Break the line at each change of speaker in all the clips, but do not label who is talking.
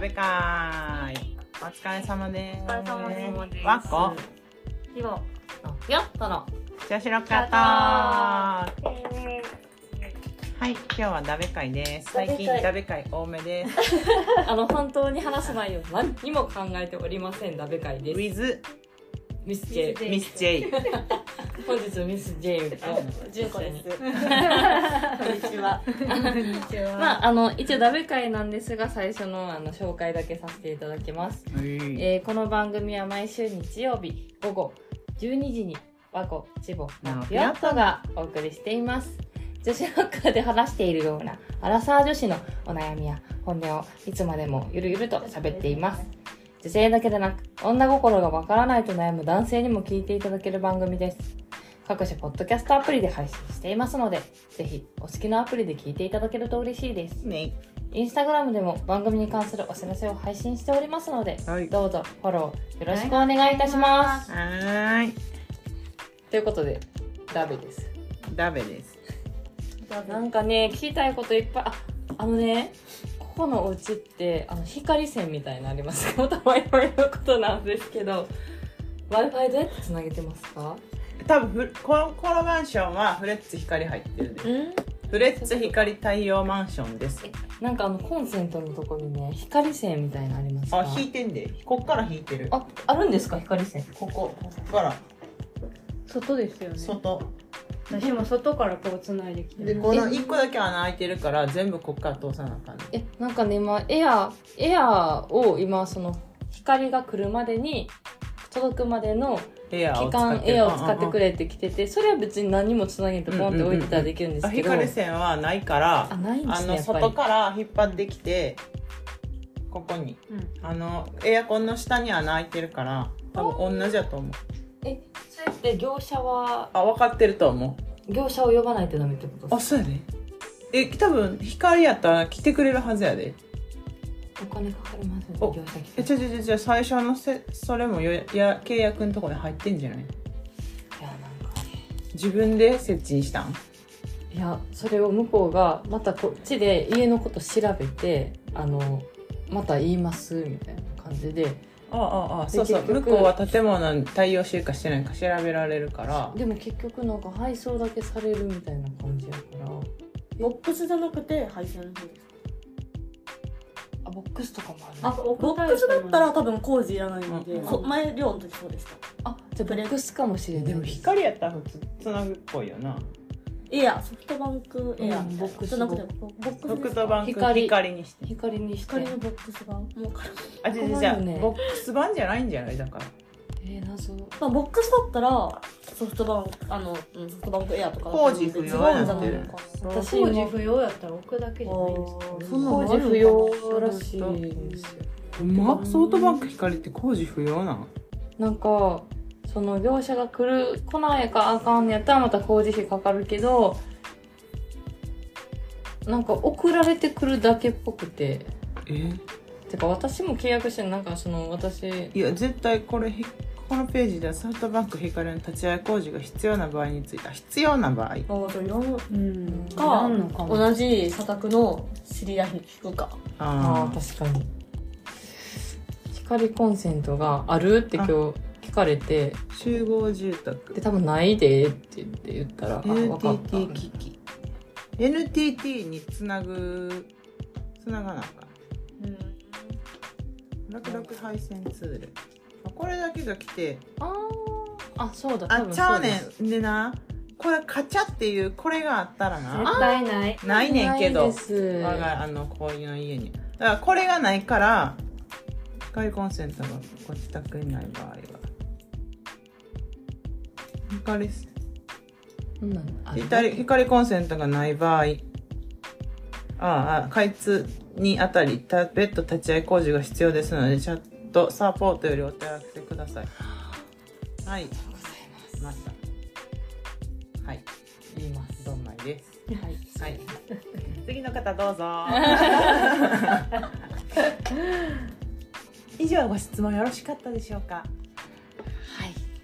べ会お疲れ様です
お疲れ様です
わっこ
リボンよっとの
調子の方は
えー
い今日はダベ会です最近ダ
ダ
ベ会多め です
あの本当に話す内容何にも考えておりませんダベ会です
with
ミス J
ミス J
本日ミス J が
純子ですすこんにち は
まああの一応ダベ会なんですが最初のあの紹介だけさせていただきます、
はい
えーこの番組は毎週日曜日午後12時に和子チボナピヨットがお送りしています女子ロッカーで話しているようなアラサー女子のお悩みや本音をいつまでもゆるゆると喋っています女性だけでなく女心がわからないと悩む男性にも聞いていただける番組です各種ポッドキャストアプリで配信していますのでぜひお好きなアプリで聞いていただけると嬉しいです
ね
インスタグラムでも番組に関するお知らせを配信しておりますので
はい
どうぞフォローよろしくお願いいたします、
はーい
ということでダベです
ダベです
なんかね聞きたいこといっぱいああのねここのお家ってあの光線みたいなのあります かお互いのことなんですけど w i f i どうやってつなげてますか
多分フこのこのマンションはフレッツ光入ってるで
ん
フレッツ光太陽マンションです
なんかあのコンセントのとこにね光線みたいなのありますか
あ引いてんでこっから引いてるこ
ああるんですか光線
こここから
外ですよね
外
私も外からこうつないできて
でこの1個だけ穴開いてるから全部こっから通さなあかんね
えなんかね今エアエアーを今その光が来るまでに届くまでの
エアー
期
を使っ
間
て
エアーを使ってく
れ
れって来ててそれは別に何もつなげんとポンって置いてたらできるんですけど、
光線はないから
あないんで
あ
すね
の
やっぱ
外
り
から引っ張ってきてここに
うん
あのエアコンの下に穴開いてるから多分同じやと思う
えそれって業者は
あ分かってると思う
業者を呼ばないとダメってことで
あそうやでえ多分光やったら来てくれるはずやです
かお金かかりますよね
お
業者来て
えちょちょちょちょ最初のせそれもよや契約のとこに入ってんじゃない
いやなんか
自分で設置したん
いやそれを向こうがまたこっちで家のこと調べてあのまた言いますみたいな感じで
ああああ
で
そうそう
結
向
局
こうは建物に対応してるかしてないか調べられるから
でも結局なんか配送だけされるみたいな感じやから
ボックスじゃなくて配線の方です
あボックスとかもある
あボックスだったら多分工事いらないので、
うん
こ前寮の時そうでした
あじゃあボックスかもしれない
でも
す
光やったら普通つなぐっぽいよな
エアソフトバンクエアみたいな、
うんボックス
じゃなくてボボックス
ソ
です
フト
か
バンク光
光
にして
光にして
光のボックスがもうから
あ違う違う
困るよね
違うボックス版じゃないんじゃないだから
えー、謎
まあ、ボックスだったらソフトバンクあの、うん、ソフトバンクエアとか
工事不要やってる
私
工事不要やったら置くだけじゃないんですか
あーそんな
工
の
事不要らしいですよ
うまソフトバンク光って工事不要なん
なんかその業者が来る来ないかあかんのやったらまた工事費かかるけどなんか送られてくるだけっぽくて
え
てか私も契約してなんかその私
いや絶対これひこのページではソフトバンク光の立ち会い工事が必要な場合についてあ必要な場合
あーじゃあいろんな
うん
か
なんのかも
同じ社宅の知り合いに聞くか
あ
あ
あ確かに光コンセントがあるって今日聞かれて
あ集合住
で
宅
多分ないでって言って言ったらあ分かった
NTT 機器 NTT につなぐつながなあかん
うん
楽々配線ツールあこれだけが来て
あーあそうだ
あ
多分
ちゃ
そううで
ね
す
んでなこれカチャっていうこれがあったらな
絶対ない
ないねんけ
な
ど
いです
我があのこういうの家にだからこれがないから光コンセントがご自宅にない場合は光す
うんある
光光コンセントがない場合ああ開通にあたりた別途立ち会い工事が必要ですのでチャットサポートよりお手合わせくださいはい
ございます
ましたはい
言います。
どんまいです
はい。
はい 次の方どう ぞ以上ご質問よろしかったでしょうか
はい。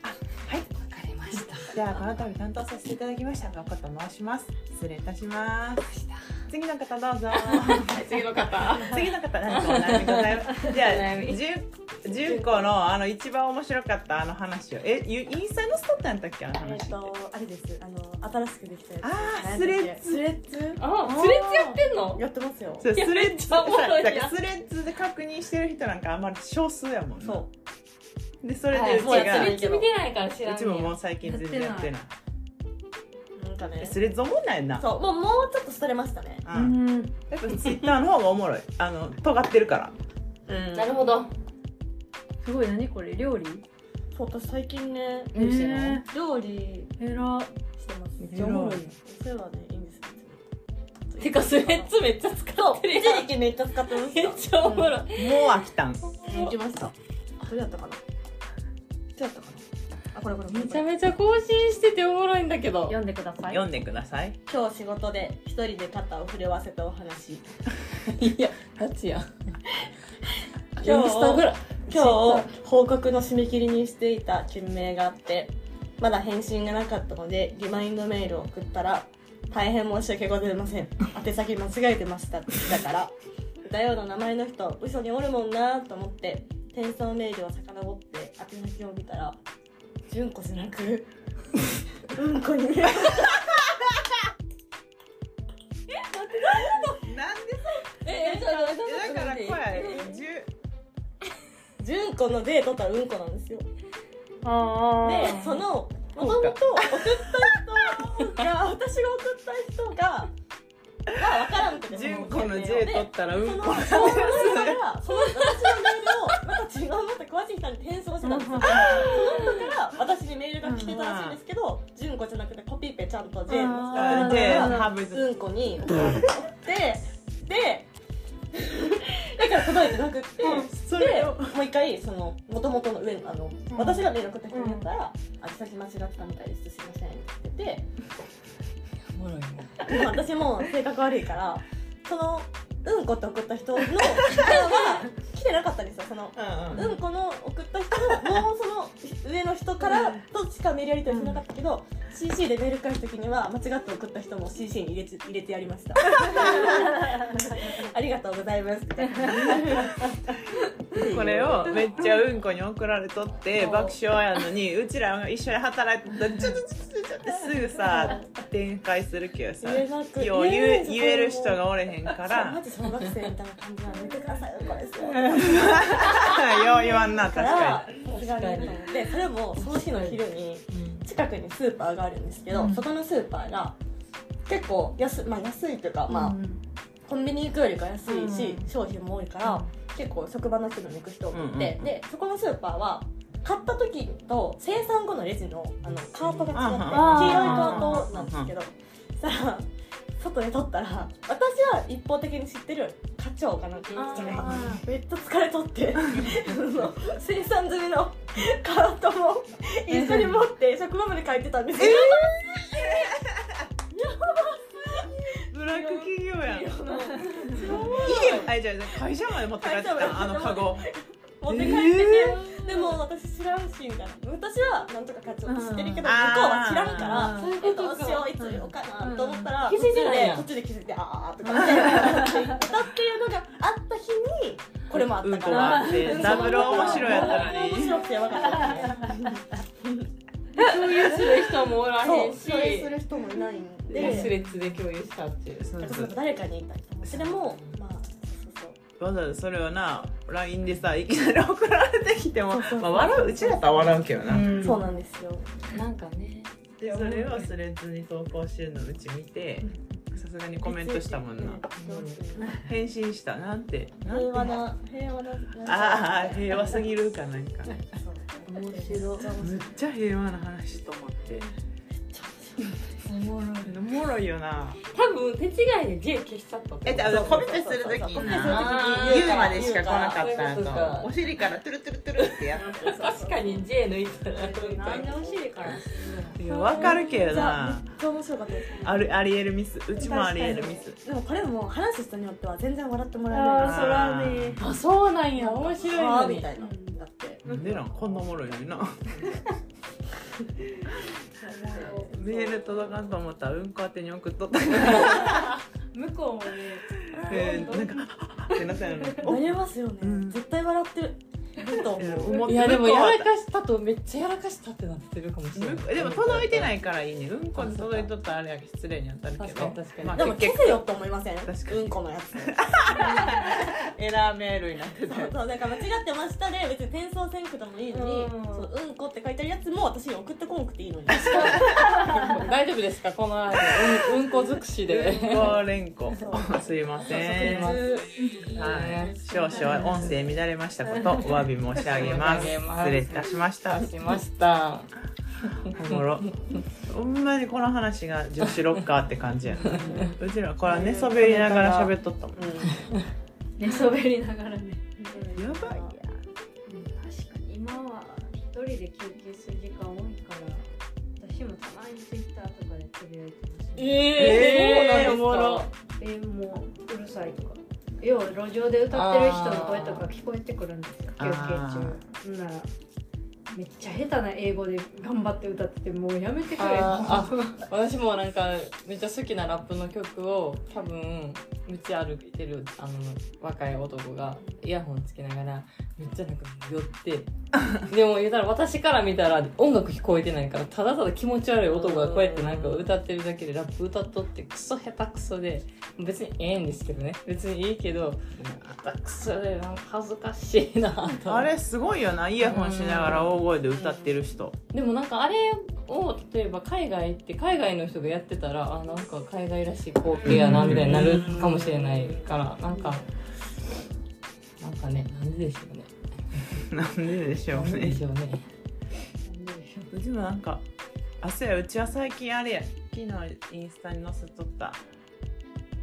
あはい
わかりました。
じゃあこの度担当させていただきましたがこと申します失礼いたします
でした
次の方どう ぞ
次の方
次の方何かお悩みござい ますじゃあ
お悩み
10, 10個のあの一番面白かったあの話をえゆインスタのストったんだったっけあの
えっ、
話って、
とあれですあの新しくできたやつ
あー
なん
ス
だっけ
レッズ
スレッズ
あスレッズやってんの
やってますよ
そうスレッ
めっ
ズ
ちゃおもろいな
さだからスレッズで確認してる人なんかあんまり少数やもんな
そう
でそれ
は
で
いう
ち
もうや
が、う
スレッズ見てないから知らん
ち
ね
もも
ん
う最近全然やってない
なんかね
スレッズおもんないな
そうもうもうちょっとそれましたね
うんやっぱツイッターの方がおもろいあの尖ってるから
うん
なるほど
すごい何これ料理
そう私最近ね
何してんの
え
料理
ー、えら
してます
めっ
そ
ちゃおもろいよ
れはねいいんですよ
てかスレッズめっちゃ使
そう
ってる
一
やん
時期めっちゃ使ってました
めっちゃおもろ
も
い
う飽きたん
うん行きましたどれやったかなどれやったかなあこれこれこれ
めちゃめちゃ更新してておもろいんだけど
読んでください
読んでください
今日仕事で一人で肩を触れ合わせたお話
いやガ チやん
今日
インスタグラ
今日報告の締め切りにしていた件名があってまだ返信がなかったのでリマインドメールを送ったら「大変申し訳ございません宛先間違えてました」だから歌謡の名前の人嘘におるもんなと思って転送メールを遡って宛先を見たら「純子じゃなく うんこに見えた
なんで
ええちょっと待って
だから
ちょっと待って
声10
純子のデートったらうんこなんですよ
あ
でそのもともと送った人が私が送った人がが分からんくて
純子の J 取ったらうん
その
こ
そのメールがその私のメールをまた違うまた詳しい人に転送してたんですよその人から私にメールが来てたらしいんですけど純子じゃなくてコピペちゃんと J の使
あ
っ
ーで
てた
ハブ
から
ズ
うんこに送ってで だから届いてなくって、
そ
で
れを
もう一回その元々の上のあの、私が連絡先にやったら「あ先間違ったみたいですすいません」って言ってて
おもろいな
でも私も性格悪いからそのうんこって送った人の人は来てなかったんですよその
うん
うんこの送った人のもうその上の人からとしかメールやり取りしなかったけど、CC でメール返す時には間違って送った人も CC に入れて入れてやりましたありがとうございますみたいな
これをめっちゃうんこに送られとって爆笑やのにうちらが一緒に働いてたらちょちょちょちょちょってすぐさ展開するけどさ
言えなく
よう言え言える人がおれへんか
そう マ
ら
ジ小学生みたいな感じなんで見てくださいよこれですよ
よう言わんな
か
確から
さすがにと思ってそれもその日の昼に近くにスーパーがあるんですけど、そこのスーパーが結構安,、まあ、安いというか、まあコンビニ行くよりか安いし、商品も多いから結構職場の人にも行く人もいて、
うんうんうん
でそこのスーパーは買った時と生産後のレジのあのカートが違って黄色いカートなんですけどそしたら外で撮ったら私は一方的に知ってる課長かなんか言うんですけどめっちゃ疲れとってあの生産済みのカートも一緒に持って職場まで帰ってたんですよ、
にブラック企業やんいいよあじゃあ会社まで持って帰って
会社ま
たあ
で
のカゴ
持って帰ってて、でも私知らんしみたいな私はなんとか課長知ってるけど向こうは知らんから
そういう
え
こ
ど
と
う
か
しよういつ言おうかなと思ったら
うん気づいてないやん
こっちでこっちで気づいてあーとかって歌っていうのがあった日にこれもあっ
う
た
んこ
か
が
ら
あってダブル面白いやったの
面
に
白くてやばかったですね
共有する人もおらへ
そ
ん
う
し
それする人もいないんで
もうスレッズで共有したっていう
そうそう
誰かに言いたいと思ってでもまあそうそう
わざわざそれをな LINE でさいきなり送られてきてもまあ笑ううちらやったら笑うけどな、
そうそうなんですよ
なんかね
でそれをスレッズに投稿してるのうち見てさすがにコメントしたもんな返信したなんてな
平
んて
和な平和な
ああ平和すぎるかなんか
面白い
めっちゃ平和な話と思っておもろいよな
多分手違いで J 消しちゃった
えっ
あ
とコメントするときにな言うまでしか来なかった
そういうことか
とお尻からトゥルトゥルトゥルってやっ
確かに J 抜いたら
なんでお尻から
てる わかるけど
ゃ
な
めっちゃ面白かったです
あるありえるミスうちもありえるミス
でもこれも話す人によっては全然笑ってもらえない
そらね
あそうなんや面白い
は
の
あみ
に
たいなだって
なんでなんこんなおもろいの になメール届かんと思ったらうんこ宛てに送っとった
向こうもね
えー、なんか、ってな ったよね。
なりますよね、
うん
絶対笑ってるず っと思う
思って
いやでもやら
向こ
かしたとめっちゃやらかしたってなってるかもしれ
う
な
はいでも届いてないいからいいね。うんこで届いとったらあれやけど失礼に当たるけど
確かに確か。に
まあ
でも
結
消
局、
せよって思いません
確かに
うんこのやつ
エラーメールになってた
そう
よ。
そうなんか間違ってましたで別に転送せんくてもいいのに
うん
そのうんこって書いてあるやつも私に送ってこんくていいのに
大丈夫ですかこの後うんうんこ尽くし
うん
で
これんこ。すいません。
遅
は
刻
い。少々音声乱れましたこと、お詫び申し上げます。
申し上げま
失
す
礼いたしました。
しました
おもろ。ほんまにこの話が女子ロッカーって感じやな。うちらこれは寝そべりながら喋っとったもん。
寝そべりながらね
やばいや。
うん確かに今は一人で休憩する時間多いから私もたまにツイッターとかでつぶやいてますね
え
えー
ー、そうなんですか
えーもううるさいとか要は路上で歌ってる人の声とか聞こえてくるんですよ
あー
休憩中なんならめっちゃ下手な英語で頑張って歌っててもうやめてくれ
あ ーあ私もなんかめっちゃ好きなラップの曲を多分道歩いてるあの若い男がイヤホンつけながらめっちゃなんか寄ってでも言うたら私から見たら音楽聞こえてないからただただ気持ち悪い男がこうやってなんか歌ってるだけでラップ歌っとってクソ下手くそで別にええんですけどね別にいいけど下手くそでなんか恥ずかしいなと思って
あれすごいよなイヤホンしながら大声で歌ってる人、
でもなんかあれを例えば海外行って海外の人がやってたらあなんか海外らしい光景やなみたいになるかもしれないからなんかなんかねなんででしょうね
なんででしょ
な
うん
でで
ね
しょうね
うちもなんかあそうやうちは最近あれや昨日インスタに載せとった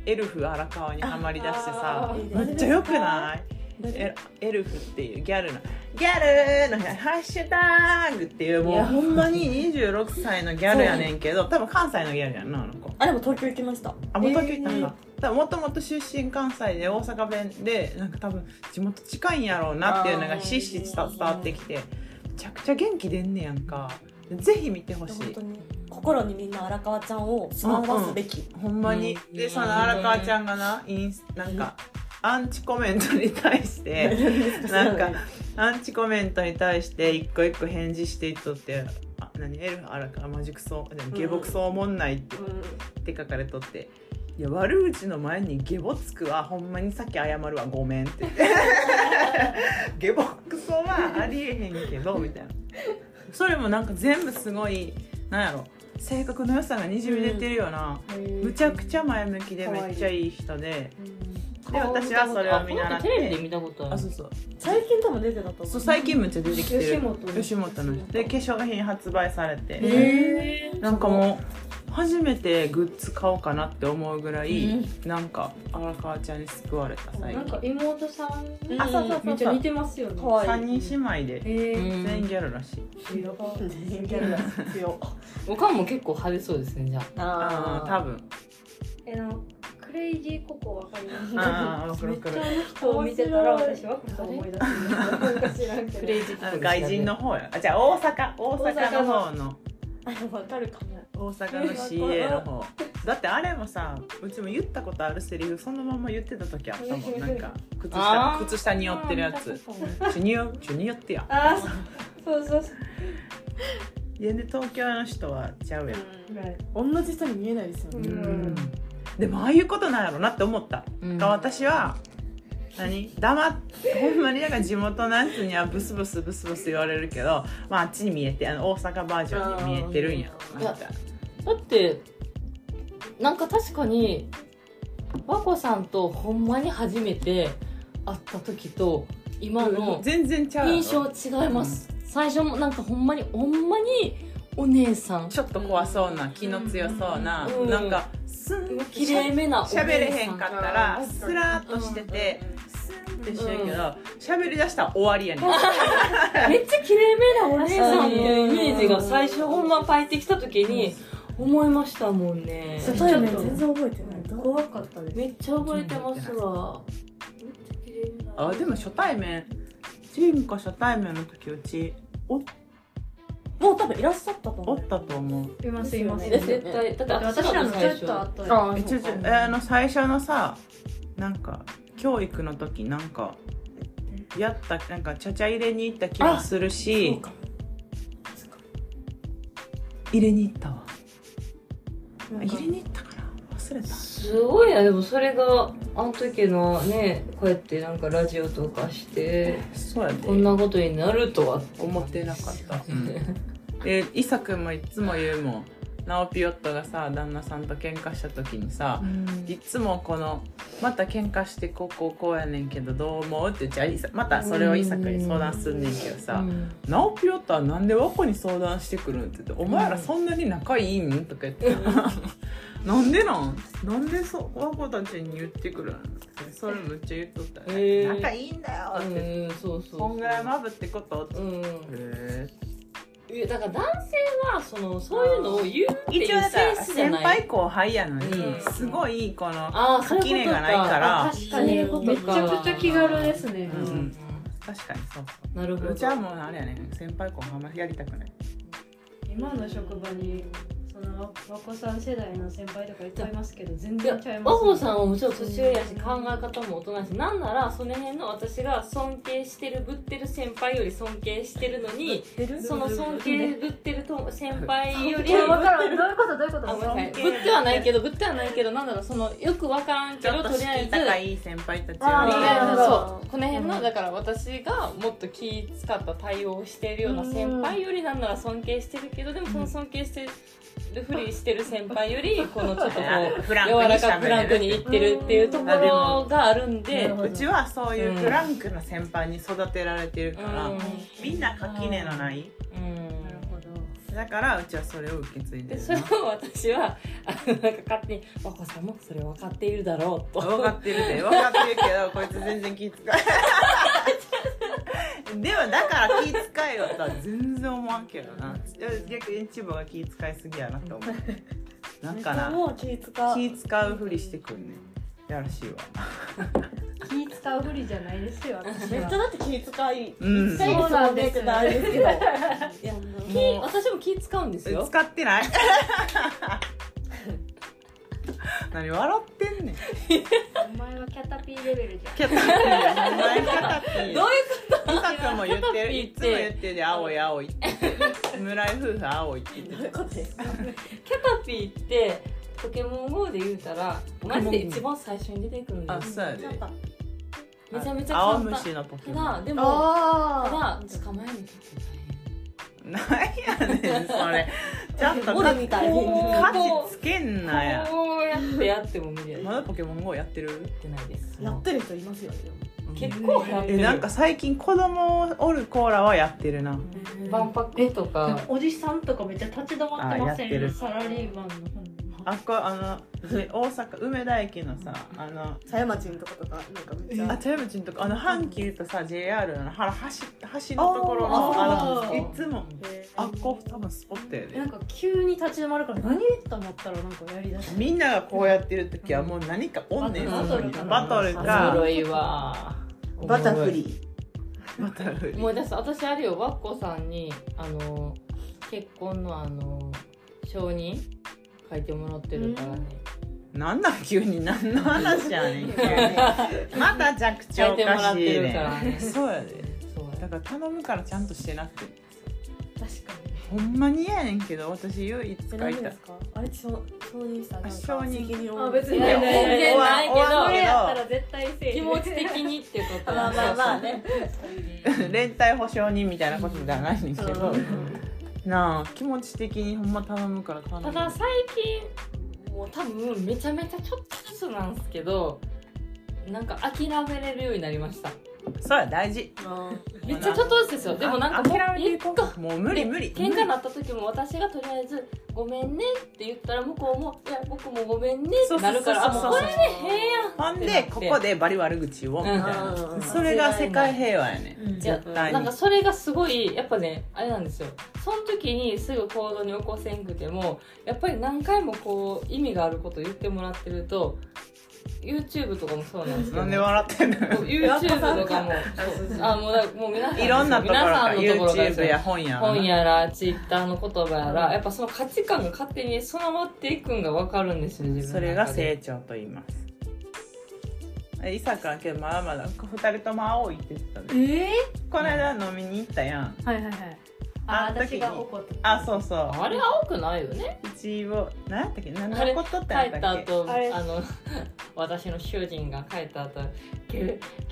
エルフ荒川にはまりだしてさ
あー
めっちゃよくないエエルフっていうギャルなギャルのハッシュタグっていう
い
もう
や
ほんまに26歳のギャルやねんけど多分関西のギャルやんなあの子
あでも東京行きました
あ、元東京行ったんだ。だもともと出身関西で大阪弁で、なんか多分地元近いんやろうなっていうのがひしひし伝わってきて、めちゃくちゃ元気出んねやんか。ぜひ見てほし
本
い
当。に心にみんな荒川ちゃんをしまわすべき、
ほんまに。
うん
で、その荒川ちゃんがな、インス、なんか、アンチコメントに対して、 なんか、アンチコメントに対して一個一個返事していっとって、あ、何エルフ荒川マジクソ、でも下僕そう思んないってって書かれとって「いや悪口の前にゲボつくわほんまにさっき謝るわごめん」って 「ゲボクソはありえへんけど」みたいなそれもなんか全部すごいなんやろ性格の良さがにじみ出てるよな、むちゃくちゃ前向きでめっちゃいい人でで私はそれを見習って
テレビで見たことあ
あ
る
そうそう
最近多分出てたと思
そうう最近むっちゃ出てきてる
吉本の
吉本ので化粧品発売されて、
へ
なんかもう初めてグッズ買おうかなって思うぐらい、なんか荒川ちゃんに救われた最
なんか
近
妹さん
あそうそう
め
そう
っちゃ
そ
似
う
てますよね
可愛い
三人姉妹で
えー
全員ギャルらしい、
やば
全然ギャルが必要
おかんも結構派手そうですねじゃあ
ああ多 分
えなんかクレイジーココわかります
あーわかるわかる
めっちゃあの人を見てたら私はこそ思い出すんですよなんか知らんけ
ク
ど
レイジー
あ の外人の方やあじゃあ大阪大阪の方の
あでもわかるかも
大阪の CA の 方だってあれもさうちも言ったことあるセリフそのまま言ってた時あったも んなんか靴下
あー
靴下に寄ってるやつちょによちょによってや
あーそうそうそ
いやで東京の人はちゃうやん
うはい
同じ人に見えないですよね、
うん
でもああいうことなんやろうなって思った、
うん
だから私は何黙ってほんまになんか地元のやつにはブスブスブスブス言われるけど、まあ、あっちに見えてあの大阪バージョンに見えてるんや
あー
なんか
だってなんか確かに和子さんとほんまに初めて会った時と今の
全然ちゃうやろ
印象違います最初もなんかほんまにほんまにお姉さん
ちょっと怖そうな気の強そうな、
うん
なんかすん
きれいめなお姉
し
さ
ゃ
ん
べれへんかったらスラーっとしててスンってしてるけどしゃべりだしたら終わりやねん
めっちゃきれいめなお姉さんっていうイメージが最初ほんま入ってきた時に思いましたもんね
初対面全然覚えてない
怖かったです
めっちゃ覚えてますわ
あでも初対面チームか初対面の時うちお
もう多分いらっしゃったと思
お
う
ったと思う
いますいます
で
だ
す
っ
よ
て
ね
絶対だって
私らのちょっと後
ああ
えちょちょえあの最初のさなんか教育の時なんかやったなんかちゃちゃ入れに行った気もする
そう
し
か
入れに行ったわ
なんか
入れに行ったかな忘れた
すごいなでもそれがあの時のねこうやってなんかラジオとかして
そうやで
こんなことになるとは
思ってなかった、で伊佐君もいつも言うもんナオピヨットがさ旦那さんと喧嘩した時にさ、いつもこの「また喧嘩してこうこうこうやねんけどどう思う?」ってじゃあいさまたそれを伊佐君に相談すんねんけどさ、
うん
ナオピオットはなんで和子に相談してくるんって言って「お前らそんなに仲いいん?」とか言 って「なんでなんなんでそ和子たちに言ってくるん?」ってそれむっちゃ言っとったよね
へえ
仲いいんだよ」って言って
うんそうそうそう
こんぐらいマブってこと?」って
うん
へ
いやだから男性はそのそういうのを言うっていう
一応だか
セン
ら
スじゃ
先
ない
輩後輩やのに
うん
すごいこの
ああそういうこと
垣根がないから
あ確かに
そう
め
い
ちゃくちゃ気軽ですね
うん
うん確かにそう
なるほ
そう
ど
うちはもうあれやね先輩後輩あんまりやりたくない
今の職場にその和子さん世代の先輩とかいっぱいいますけど全
いや
然ちゃいま
和
す
穂さんはもちろん年上やし考え方も大人やしなんならその辺の私が尊敬してるぶってる先輩より尊敬してるのにその尊敬ぶってると先輩より
やわからんどういうことどういうこ
あごめん
と
なさいぶってはないけどぶってはないけどなんだろうそのよくわからん
ち
け
ょ
ど
っと
とりあ
敷居
えず
高い先輩たち
あ
と
ー
よ
り
り
あえず
なるほど
そうこの辺のだから私がもっと気使った対応をしているような先輩よりなんなら尊敬してるけどでもその尊敬してるふりしてる先輩よりこのちょっ とこう
フランク
柔
に
ら
しゃ
かく
べ
フランク
れ
に
る
いってるっていうところがあるんで
うん
うちはそういううんフランクな先輩に育てられてるから、
うん
みんな垣根のない
うん
なるほど
だからうちはそれを受け継いで
で
る
それを私はあのなんか勝手に「和子さんもそれ分かっているだろう」と
分かってるで分かってるけどこいつ全然気使え でもだから気使えよとは全然思わんけどな逆に千葉が気使いすぎやなと思うなんかな
もう気使う
気使うふりしてくんねやらしいわ
気使うふりじゃないですよ私
めっちゃ
は
だって気使い
うん
最後そうでくないですけどいや
気私も気使うんですよ
使ってない 何笑ってんねん
お前はキャタピーレベルじゃん
キャタピーお前キャタピー
どういう
伊佐君も言ってるい
キャ
つ
タピ
も
ーって
言ってるで青い青いって村井夫婦青いって言って
どういうことですか
キャタピーってポケモン GO で言うたらマジで一番最初に出てくるんで
あ
す
そうやで
めちゃめちゃ
青
簡
虫
単
のポケ
た
モ
だ
ン
でもた
あ
だ捕まえるの結構
なんやねんそれちゃんと
モ
価
ルみたいに
値つけんな
大変
や
こうやってやっても無理や
ま
や
だポケモン GO やってる
ってないです
やってる人いますよね
結構やって
え
る
なんか最近子供おるコーラはやってるな
万博とか
おじさんとかめっちゃ立ち止まってませ
あやってる
んサラリーマンの本に
あこあの大阪梅田駅のさあの
狭山人とかとかなんかめっちゃ
あちゃちんとかあの阪急とさ JR の原橋橋のところ
あ
の
ー
あ
あ
の
ー
いつもあっこ多分スポットやで
なんか急に立ち止まるから何と思ったらなんかやりだし
みんながこうやってる時はもう何かおんねん
バトルかな
バトル
お
か
も
バ
ろいわ
バタフリー
トル
思い出す私あるよわっこさんにあの結婚のあの承認書いてもらってるからね、
なんなん急に何の話や ねん急にまた着地
書
お
いてもら
か
っ
しい
てるか
ね
らね
んそうやで
そう
だから頼むからちゃんとしてなくて
確か
ほんまに嫌やねんけど私唯一書
何
い
で
た
すかあれ承承認したなんか
あ承認
責任
に
を
あ別に
いや
ね
全然ないけど
終わ
こ
る
れ
け
や
ど
ったら絶対せえ
気持ち的にっていうこと
まあまあまあね
連帯保証人みたいなことではないねんけど、なあ気持ち的にほんま頼むから頼む
ただ最近もう多分めちゃめちゃちょっとずつなんですけどなんか諦めれるようになりました
そうや大事
めっちゃちょっとずつですよでもなんかもう
あ諦めてい
一
こ
個
うもう無理無理
喧嘩になった時も私がとりあえず「ごめんね」って言ったら向こうも「いや僕もごめんね」ってなるからあ
そう
も
そううそう
こ
そう
れで平やん
ほんでここでバリ悪口をみたいな、
うん
それが世界平和やね、
うん
絶対
なん
に
かそれがすごいやっぱねあれなんですよその時にすぐ行動に起こせんくてもやっぱり何回もこう意味があることを言ってもらってると YouTube とかもそうなんですけど
なんで笑ってんの
YouTube とかもそうあもうだもう皆さん
いろんなところ
皆さ
が
んのところがです
YouTube
よ
や本や
本やら Twitter の言葉やらやっぱその価値観が勝手に備わっていくんが分かるんですよ自分
そ
の中で
れが成長と言いますえ伊坂はけどまだまだ2人とも青いって言ってたで
え
この間飲みに行ったやん
はいはいはい
あ
あ、
の時
私
に
が怒った。
あそうそう
あれ青くないよね
一応何やったっけ何の
あれ
ことって
帰
やっ
った
たっけ
後
あれ
あの 私の主人が帰った後「今日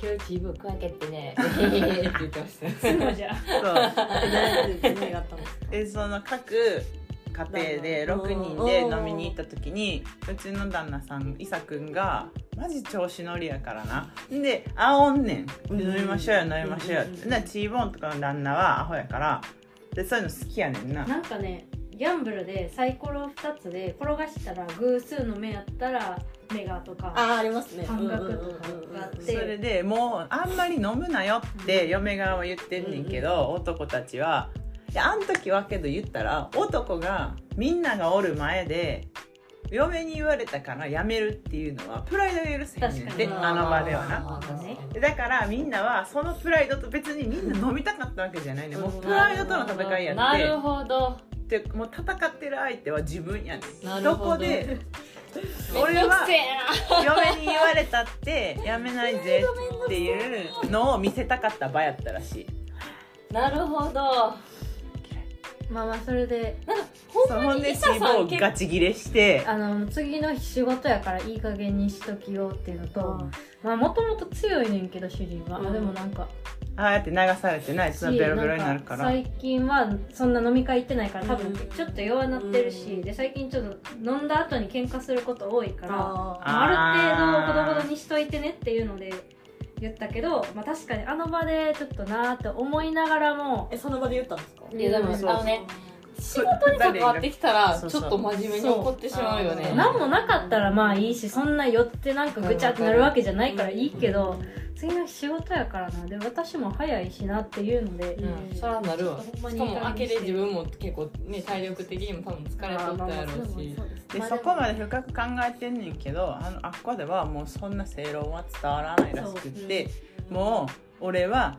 今日自分分けてね」 って言ってました
そうじゃ。
そう
何で夢があったんですか
でその各家庭で
旦那
6人で飲みに行った時にうちの旦那さん伊佐くんが「マジ調子乗りやからな」で「あおんねん」
うん
飲みましょうよ飲みましょうよ」
うん
でチーボンとかの旦那はアホやからでそういうの好きやねんな
なんかね、ギャンブルでサイコロ2つで転がしたら偶数の目やったらメガとか。
ああありますね
半額とかがあって
それでもうあんまり飲むなよって嫁側は言ってんねんけど、男たちはいやあん時はけど言ったら男がみんながおる前で嫁に言われたからやめるっていうのはプライドが許せへんねんで
確かに
あの場ではな
あー確かに
だからみんなはそのプライドと別にみんな飲みたかったわけじゃないねんもうプライドとの戦いや
なる
っ
ほど
てでもう戦ってる相手は自分やね
なんる
ど
ほど
こで
めん
俺
ど
は
くせえな
嫁に言われたってやめないぜっていうのを見せたかった場やったらしい
なるほど
まあまあ、それで、
そう
ほ
ほ
ん
ん
で
で
伊
脂
佐さん
肪ガ
結
チギレして
あの、次の日仕事やからいい加減にしときようっていうのと、まあ、もともと強いねんけど、主人は。
うん
でもなんか、
ああやって流されてないそのベロベロになるから
なんか最近はそんな飲み会行ってないから多
うん
分ちょっと弱なってるし、で最近ちょっと飲んだ後に喧嘩すること多いから
あ
まあ、ある程度ほどほどにしといてねっていうので言ったけど、まあ、確かにあの場でちょっとなーって思いながらも
えその場で言ったんですか
いやでも
そう
あのね仕事に関わってきたらち
そう
ょっ
そう
と真面目に怒ってしまうよね
そう
何もなかったらまあいいしそんな寄ってなんかぐちゃってなるわけじゃないからいいけど次の日仕事やからなで私も早いしなっていうので
う。ん
うんそらなるわ
ちょっと
し
ほんまに
かも明けで自分も結構ね体力的にも多分疲れとったやろうし
でそこまで深く考えてんねんけどあのあっこではもうそんな正論は伝わらないらしくって、もう俺は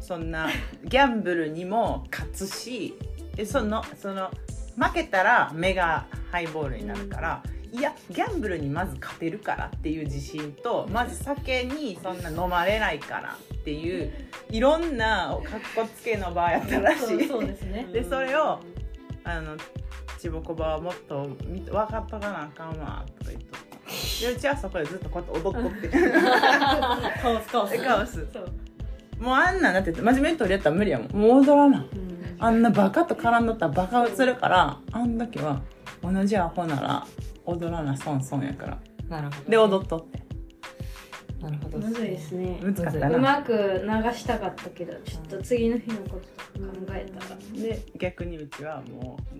そんなギャンブルにも勝つしでそのその負けたら目がハイボールになるから、いやギャンブルにまず勝てるからっていう自信とまず酒にそんな飲まれないからっていういろんなかっこつけの場やったらしい。
そうそうですね
でそれをあのちぼこばはもっと見分かっとかなあかんわとか言っとったでうちはそこでずっとこうやって踊っとって
カオスカオス
カオス
そう
もうあんなんだって真面目に取り合ったら無理やもんもう踊らなあんなバカと絡んどったらバカ映るからあん時は同じアホなら踊らな損損やから
なるほど
で踊っとって
なるほど
むずいですね
難かった
う
な
まく流したかったけどちょっと次の日のこととか考えたら、
で逆にうちはもう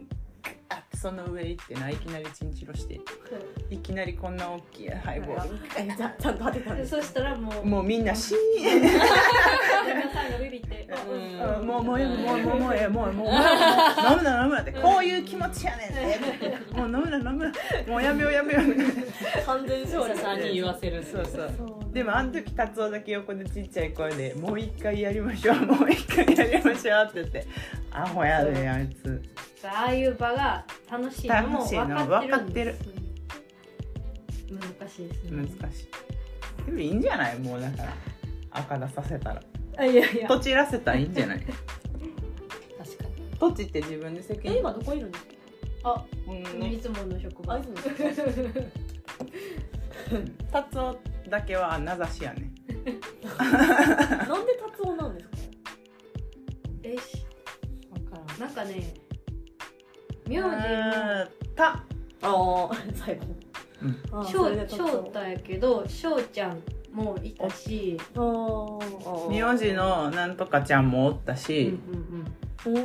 ガッてその上行ってないきなりチンチロしていきなりこんな大きいハイボール
えちゃちゃんと当てたん
で
です
そしたらもう
もうみんなシーン
皆さんがビビってあうん
うんもうもうええもうもうもうええもうもうもう飲むな飲むなってこういう気持ちやねんってもう飲むな飲むなもうやめようやめよう
完全
伊
勝利
佐さんに言わせる
そうそう
そう
でもあの時カツオだけ横でちっちゃい声で「もう一回やりましょうもう一回やりましょう」って言って「アホやであいつ
ああいう場が楽しいのも
楽しい
分
の
かってるん
分
で
か
すうん難しいです
難
ね
しい」でもいいんじゃないもうだから赤出させたら
あいやいや
とちらせたらいいんじゃない
確かに
とちって自分で責
え
任
今どこいるんですか
ほんの
いつもの職
あ
場
いつも
カツオだけは名指しやね
なんで達夫なんです か
えし
分からん
なんかね
う
名字の
ーた
ああ 最後
うん
あーそれで達
翔
夫
翔太やけど翔ちゃんもいたし
あー
名字のなんとかちゃんもおった
うん
し、
う
う
ん
ん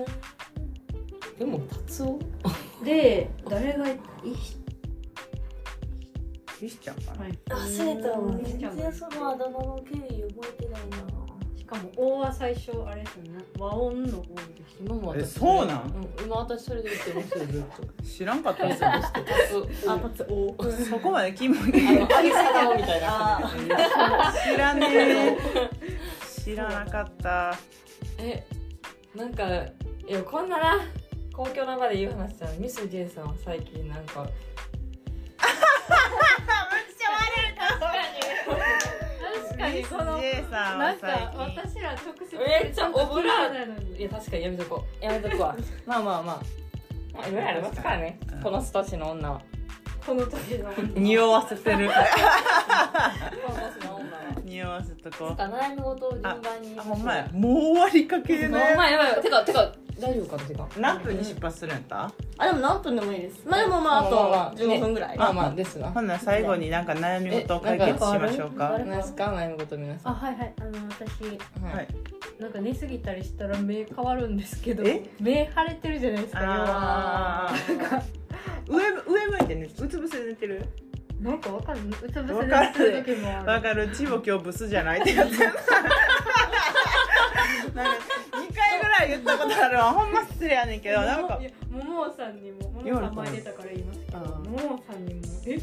でも達夫
うんで誰がいい
リスちゃんかな、
はい
忘れたわ
全然
そのあだ名の経緯覚えてないな
かも王は最初あれですよね和音の方でし
今も私
えそうなん
うん、今私それで言ってますよずっと
知らんかったですよ
パスパ
あ、パツ、おー。
そこまでキモい
あの、あげさだみたいな感じ
あ
知らねえ知らなかった
えなんかいやこんなな公共の場で言う話じゃんミス・ジェイさんは最近なんか
た確
ミス J さん
な
は
んか
最近
私ら直接
めっちゃオブラー
トなの
い
に
や確かにやめとこうやめとこう わまあまあまあまあいろいろありますからね
うん
この年の女は
この時の
匂わせてる
この年の女は
匂わせと
な
こ
んか悩み事を順番に
あほんまやもう終わりかけ
ほん
ね
まやばいやばいてかてか大丈夫か時間
何分に出発するんやった
あ、でも何分でもいいです。まあでもまあ、
まあまあま
あ
あ
と15分ぐらい。
まあまあですな
ほんなら最後になんか悩み事を解決しましょうか
え
何ですか悩み事皆さ
あはいはいあの私
ん
はい
なんか寝すぎたりしたら目変わるんですけど
え
目腫れてるじゃないですか
あー上上向いてねうつ伏せで寝てる
要はなんかわかるうつ伏せ
わ
寝
かる
する時もあ
わ
る
かる、チボ今日ブスじゃないってやつ。なんか2回ぐらい言ったことあるわ。ほんま失礼やねんけど、なんか
い。やももさんにもももさん前出たから言いますけど
あ
も
ー
もさんにもえ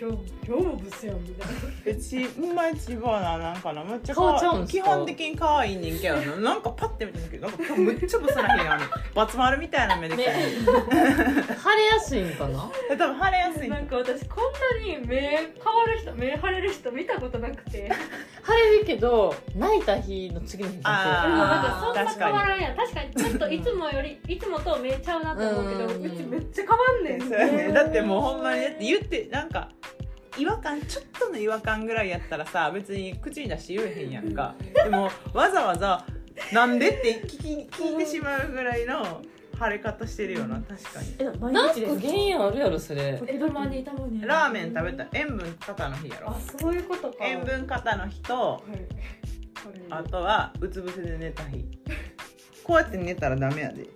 今日今日もブスやんみたいな
うち、うまいチボな、なんかな、めっちゃ
顔ちゃ
可愛
うん
い。
す
基
か
本的に可愛いねんけどな、なんかパッて見た時、なんか今日むっちゃブスな日がある。バツ丸みたいな目で来たね。
晴れやすいんかな
多分晴れやすい。
なんか私こんなに目変わる人目腫れる人見たことなくて
晴れるけど泣いた日の次の日
でもなん
あ
かそんな
確
変わ
から
んやん確かにちょっといつもよりいつもとめちゃうなと思うけど
うん
うちめっちゃ変わんね
に。
ん
そうやねだってもうほんまに、だって言って、なんか。違和感ちょっとの違和感ぐらいやったらさ別に口に出して言えへんやんかでもわざわざ「なんで?」って聞き聞いてしまうぐらいの腫れ方してるよな確かに
え、毎
なんか
日です
原因あるやろそれ
えたまにたまに
ラーメン食べた塩分肩の日やろ
あそういうことか
塩分肩の日と
はいこれ
あとはうつ伏せで寝た日こうやって寝たらダメやで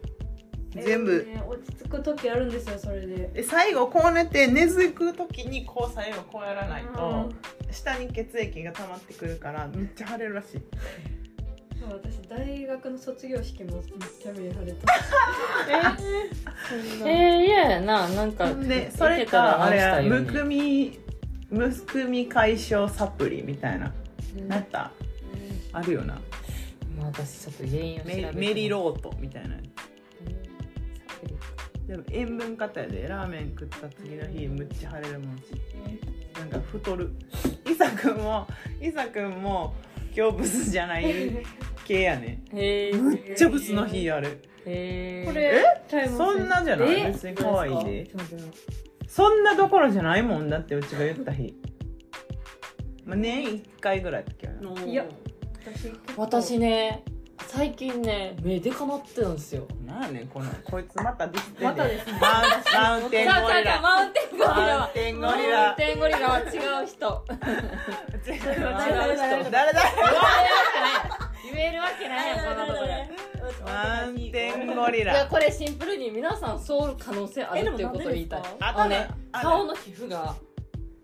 全部
えーね落ち着く時あるんですよそれで
で最後こう寝て根付く時にこう最後こうやらない
うん
と下に血液が溜まってくるからめっちゃ腫れるらしい
そう私大学の卒業式もめっちゃ目腫れた
えー、いややななんか
でそれかあれやむくみむくみ解消サプリみたいななったあるよな
まあ私ちょっと原因を調べ
メ
て
メリロートみたいな
うんサプリ
でも塩分過多やでラーメン食った次の日むっちゃ腫れるもんしなんか太る伊佐くんも伊佐くんも今日ブスじゃない系や ね
へえ
むっちゃブスの日やる
へえ
これタイム
そんなじゃない
え
別に可愛いで
ちょっと待って
そんなどころじゃないもんだってうちが言った日、まあ、年1回ぐらいだっけどな
うん
いや私結構
私ね最近ね目でかまってるんですよ
なんやねんこのこいつまたディスってんねん
またですね
マウンマウンテンゴリラ
マウンテンゴリラ
マウン
は
テンゴリ
マウン
ラ
テンゴリラは違う人
違う人
誰誰
誰だ
言えるわけないやんこんなとこで
マウンテンゴリ
いや
ラ
これシンプルに皆さんそうる可能性あるっていうことを言いたいあのね顔の皮膚が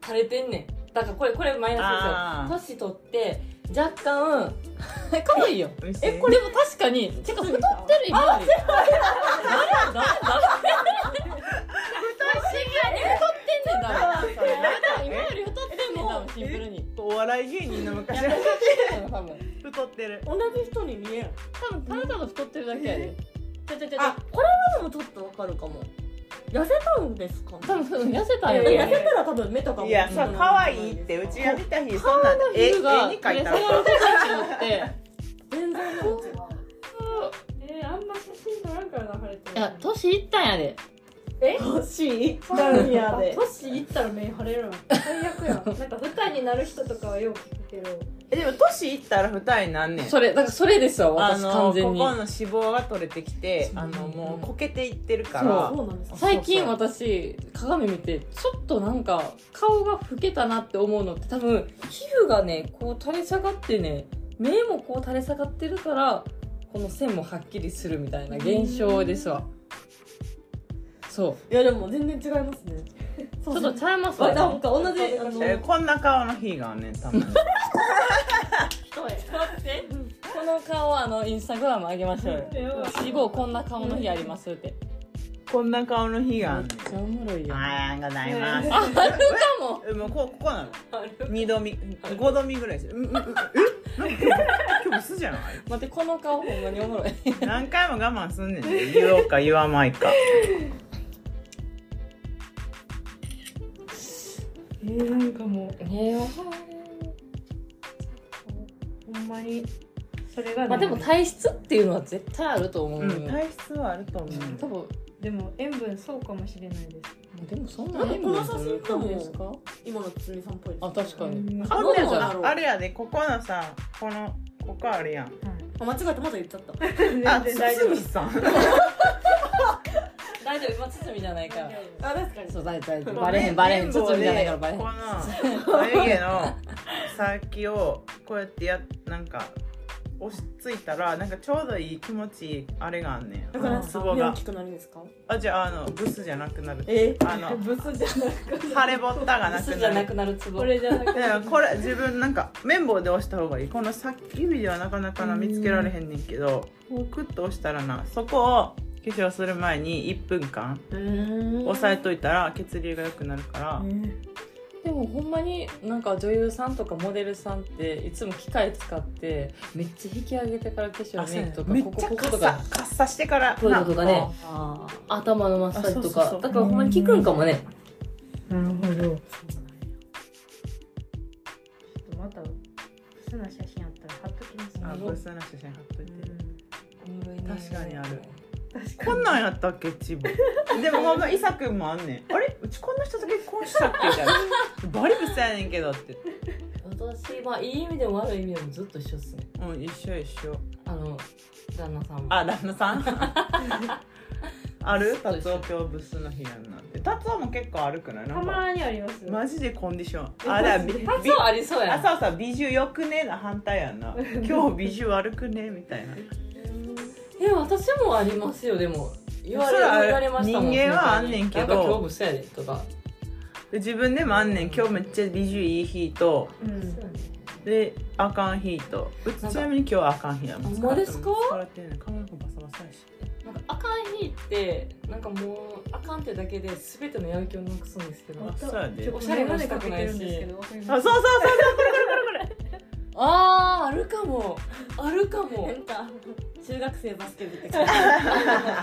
垂れてんねんだからこれこれマイナスですよ年取って若干 可愛いよ
見せて
えこれも確かにてか太ってるイメージ誰だ太ってんねんだ今より太ってんねんだシンプルに
お笑い芸人の昔は
多分
太ってる
同じ人に見える。
多分ただただ太ってるだけやで
ちょちょちょ、これはでもちょっとわかるかも。痩せたんですかね
多分痩せたんや
いや
ろ
痩せたら多分目とかも。
いやそう可愛いってうちが見た日そんな
の
絵絵
皮膚
に
が
描い
垂れ
た
下
の
がることによって
全然違う。
えーあんま写真撮らんからな晴れてる
いや年いったんやで
欲しい何やで。
年いったら目腫れるの最悪やんなんか二重になる人とかはよく聞くけど
えでも年いったら二重になんねん
それだからそれですよ
あ
私
の
完
ここ
全に
の脂肪が取れてきて
そう
あのもうこけていってるから
そうなんですか。
最近私鏡見てちょっとなんか顔が老けたなって思うのって多分皮膚がねこう垂れ下がってね目もこう垂れ下がってるからこの線もはっきりするみたいな現象ですわそ
いやでも全然違いますね。
うちょっとちゃいます
わ
わ
なんか同じあの
えーこんな顔の日があんねんたまに
人へ。
この顔あのインスタグラム上げましょうよ以後こんな顔の日ありますって
こんな顔の日が
めっちゃおもろいよ
ありがとうございます
あるかも
えもうこうここなの二度見五度見ぐらいですうんうんうんえなんか今日今日薄じゃない
待ってこの顔ほんまにおもろい
何回も我慢すんねんね言おうか言わないか
えー、なんかもうえー、
ほんまにそれがね
まあでも体質っていうのは絶対あると思う
う
よ、
ん体質はあると思
多
う
分
でも塩分そうかもしれないです
でもそんな
なんかこの写
どうい
真
う
と
感
も
じですか
今のつみさんっぽいです
あ確かに、
うん
あ
ほんで
どうだろう
あれやでここのさこのここあるやん
あ間違えたまだ言っちゃった
あ
全然大丈夫
堤さん
大丈夫今堤じゃないから
あ確かに
そう大丈夫大丈夫バレへんバレへん
綿棒
堤
で
じゃないからバレへん
この眉毛の先をこうやってやなんか押しついたらなんかちょうどいい気持ちいいあれがあんねん
だから
あのツボが
大きくなるんですか
あじゃああのブスじゃなくなる
え
あの
ブスじゃなく
腫れぼったがなく
筒じ
な
ゃな
る
くなるツボ
これじゃなく
だからこれ自分なんか綿棒で押した方がいいこの先指ではなかなかな見つけられへんねんけどこうクッと押したらなそこを化粧する前に1分間押さえといたら血流が良くなるから
でもほんまになんか女優さんとかモデルさんっていつも機械使ってめっちゃ引き上げてから化粧メイクとか
めっ
こ
ち
こ
ゃ
こ
カ
こ
ッ
と
サ
か
カッサしてから
こういうのとかね
あ
頭のマッサージとか
あそうそうそう
だからほんまに効くんかもね
なるほどちょっとまた素な写真あったら貼っときますね
あブスな写真貼っといて確かにあるこんなんやったっけチボ でもまあまあ伊佐君もあんねんあれうちこんな人と結婚したっけみ たいなバリブスやねんけどって
私まあいい意味でも悪い意味でもずっと一緒っすね
うん一緒一緒
あの旦那さんも
あ旦那さん ある達夫今日ブスの日やんなって達夫も結構悪くないな
た
んか
まにあります
マジでコンディションあ
え
だから
マジ
び
で
び
そうありそうや
あ
ん
そうそう美女よくねな反対やん な今日美女悪くねみたいな
え私もありますよでも言われ
それは
言われましたもん
人間はあんねんけど
なんか今日ブスやでとか
で自分でもあんねん今日めっちゃ美女いい日と
うん
であかん日とうち
なんか
ちなみに今日はあかん日やもん
ほんまですか
疲れてるね髪の毛バサバサやし
なんかあかん日ってなんかもうあかんってだけで全てのやる気をなくすんですけど
あそうやで
おしゃれもしたくないし
あそうそうそう
あーあるかもあるかも
なんか中学生バスケ部って感じ
あ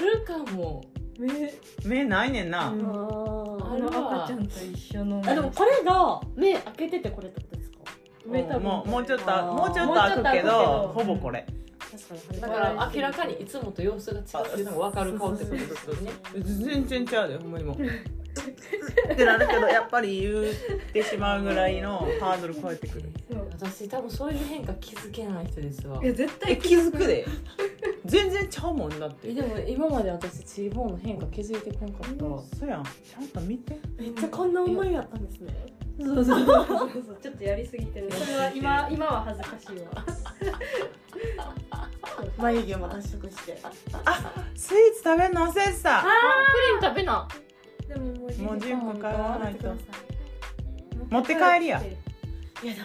るかも
目ないねんな、
うん
あ
あ
る
の
わ
赤ちゃんと一緒の
あでもこれが目開けててこれってことですか
メタボ
もうもうちょっともうちょっと
もうちょっと
開くけど
開くけど
ほぼこれ
確かに
だから明らかにいつもと様子が違うっていうのが分かる顔ってことですよね
全然ちゃうでほんまにもう ってなるけどやっぱり言ってしまうぐらいのハードル超えてくる
そう
私多分そういう変化気づけない人ですわ
いや絶
え
対
気づくで全然ちゃうもんだっ
え
て
でも今まで私チーボーンの変化気づいてこんかったわ
そうやんちゃんと見て
めっちゃこんな思いだったんですね
そうそうそうそうそうちょっとやりすぎてるそれは今今は恥ずかしいわ
眉毛も脱色して
スイーツ食べるの忘れてた
プリン食べな
でももう
もう10分帰らないと
持
って帰りや
いやで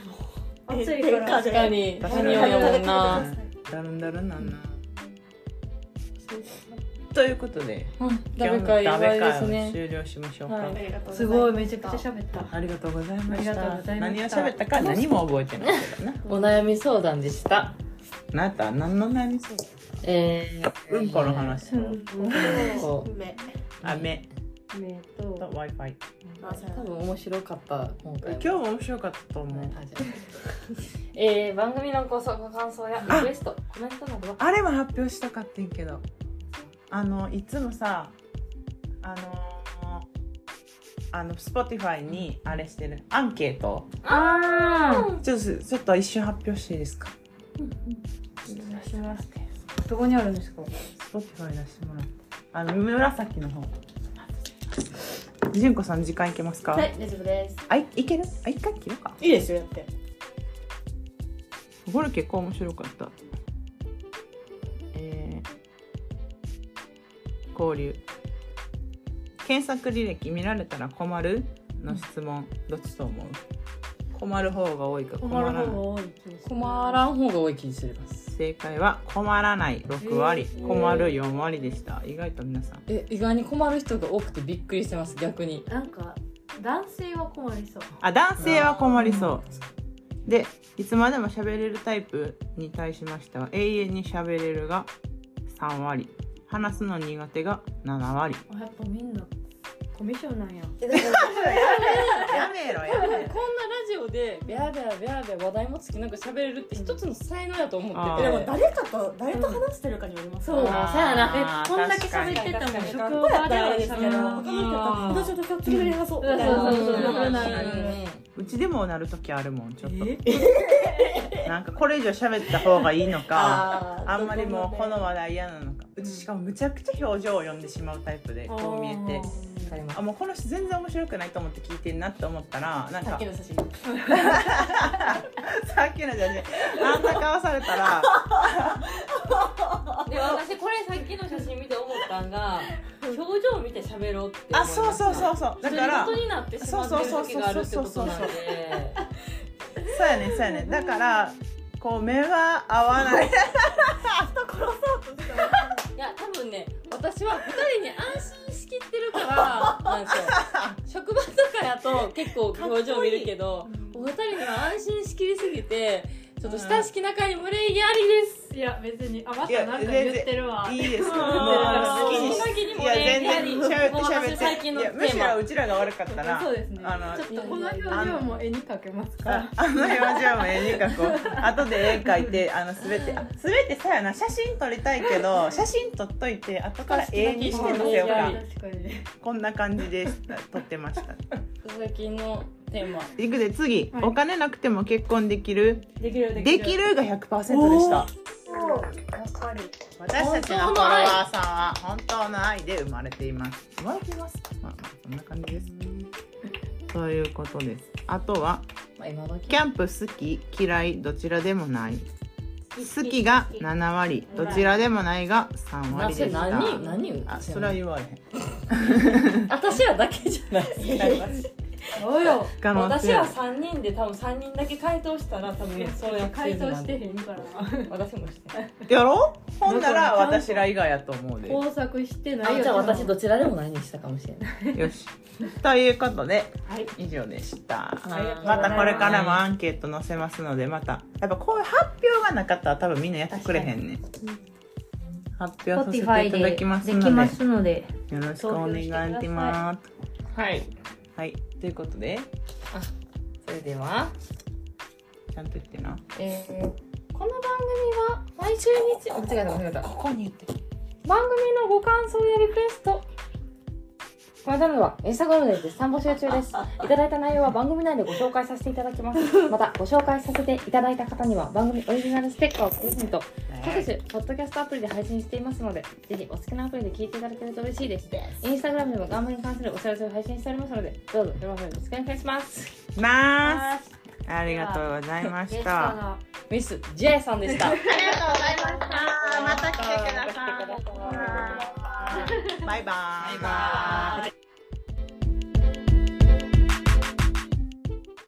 も
暑いから
確
確かに
確か
確か
に
に
や
や
も
も
ん
ん
な
な
だるんだるんなんなということで
食べ会
今
終
日の
わ
食べ
りです
会を
ね
終了しましょうか、
はい
すごいめちゃくちゃ喋った
ありがとうございまし
ありがとう
た
ございま
何を
した
喋ったか何も覚えてないけどな
お悩み相談でした
あ なた何の悩みそう
えー、
うんこの話と
こう
目
あ目
目
と
と
w i f i
あそうや
多分面白かった今回
今
も
日も面白かったと思う
あじゃあえー、番組のご相ご感想やリクエストコメントなどは
あれも発表したかってんけどあのいつもさあのーあの Spotify にあれしてるアンケートを
あ
ちょっとちょっと一瞬発表していいですか
あしますどこにあるんですか
Spotify 出してもらってあの紫の方純子さん時間いけますか、
はい大丈夫です
あいいけるあ一回切るか
いいですよやって
これ結構面白かったえー交流検索履歴見られたら困るの質問どっちと思う困る方が多いか困
困
ら
る
な
方
い
が多い気がする
困らん方が多い気にしてます
正解は困らない6割、
えー
困る4割でした意外と皆さん
え意外に困る人が多くてびっくりしてます逆に
なんか男性は困りそう
あ男性は困りそうでいつまでも喋れるタイプに対しましては永遠に喋れるが3割話すの苦手が7割
あやっぱみんなコミュ障なんや
やめろや
こんなラジオでベアベアベアベア話題もつきなく喋れるって一つの才能やと思
あ
っ
ー
て
で
て
も誰かと誰と話してるかによります
そう
あー
さやな
あー
えこんだけ喋ってた
確か
もん
に
こ
職
うや
場
った
で
らあ
は
れですけど
喋
他の
る
人と
あー
話してた次のに話そうみたい
そうそうそう
な
そう
うちでもなる時あるもんちょっと
え
なんかこれ以上喋った方がいいのか
あー
あんまりもうこの話題嫌なのかうちしかもむちゃくちゃ表情を読んでしまうタイプでこう見えて
わかります
あもうこの人全然面白くないと思って聞いてんなって思ったらなん
さっ
か
きの写真
さっきのじゃねあんな顔されたら
で私これさっきの写真見て思ったんが表情を見て喋ろうって思いま
あ
した
そうそうそうそうだから
そういうことになってしまってる時があるって
そ
ことなんで
うそうそうそうそうやねそうやねだからこう目は合わない
いや多分ね私は二人に安心しきってるからなんか職場とかやと結構表情見るけどお二人には安心しきりすぎてちょっと親しき仲に群れやりです
いや別にあまたなんか言ってるわ
いいですもう
あ
好
ー
きに
好きな気に
しい
も
や
ね
全然喋って
もう
喋
私最近
っ
の
てい
テ
や
ーマ
むしろうちらが悪かったら
そうですね
あの
ちょっとこの表情も絵に描けます
あ
か
あの表情も絵に描こう後で絵描いてあの全てあ全てさやな写真撮りたいけど写真撮っといて後から絵にして載せよう
あ
か
確かに
こんな感じで撮ってました
最近のテーマ
いくで次、
はい
お金なくても結婚できる
できる
で
で
き
きる
るが100%でした
やっぱり
私たちのフォロワーさんは本当の愛で生まれています生まれていますまあまあそんな感じですということですあとは
まあ今時
キャンプ好き嫌いどちらでもない好きが7割どちらでもないが3割でした
何人何人
あそれは言われへん
私らだけじゃない
およ
可能
私
性
は3人で多分3人だけ回答したら多分そうやって
回答してへんから
私もしてない
やろほんなら私ら以外やと思うで
工作してない
あ
よ
じゃあ私どちらでもないにしたかもしれない
よしということで
はい
以上でした
ありがとうござ
ま
います
たこれからもアンケート載せますのでまたやっぱこういう発表がなかったら多分みんなやってくれへんね発表させていただきますので
ので
よろしくお願いします
はい
はいということで
それでは、
ちゃんと言ってな
えー、この番組は毎週日あ間違えた間違えた
ここに言って
番組のご感想やリクエストこのためはインスタグラムで絶賛募集中ですいただいた内容は番組内でご紹介させていただきますまたご紹介させていただいた方には番組オリジナルステッカーをプレゼント各種ポッドキャストアプリで配信していますのでぜひお好きなアプリで聞いていただけると嬉しいですインスタグラムでも頑張りに関するお知らせを配信しておりますのでどうぞよろしくお願いします
まーすありがとうございま
ゲ
し
スト
た
が
ミス J さんでした
また来てくださいバイバーイ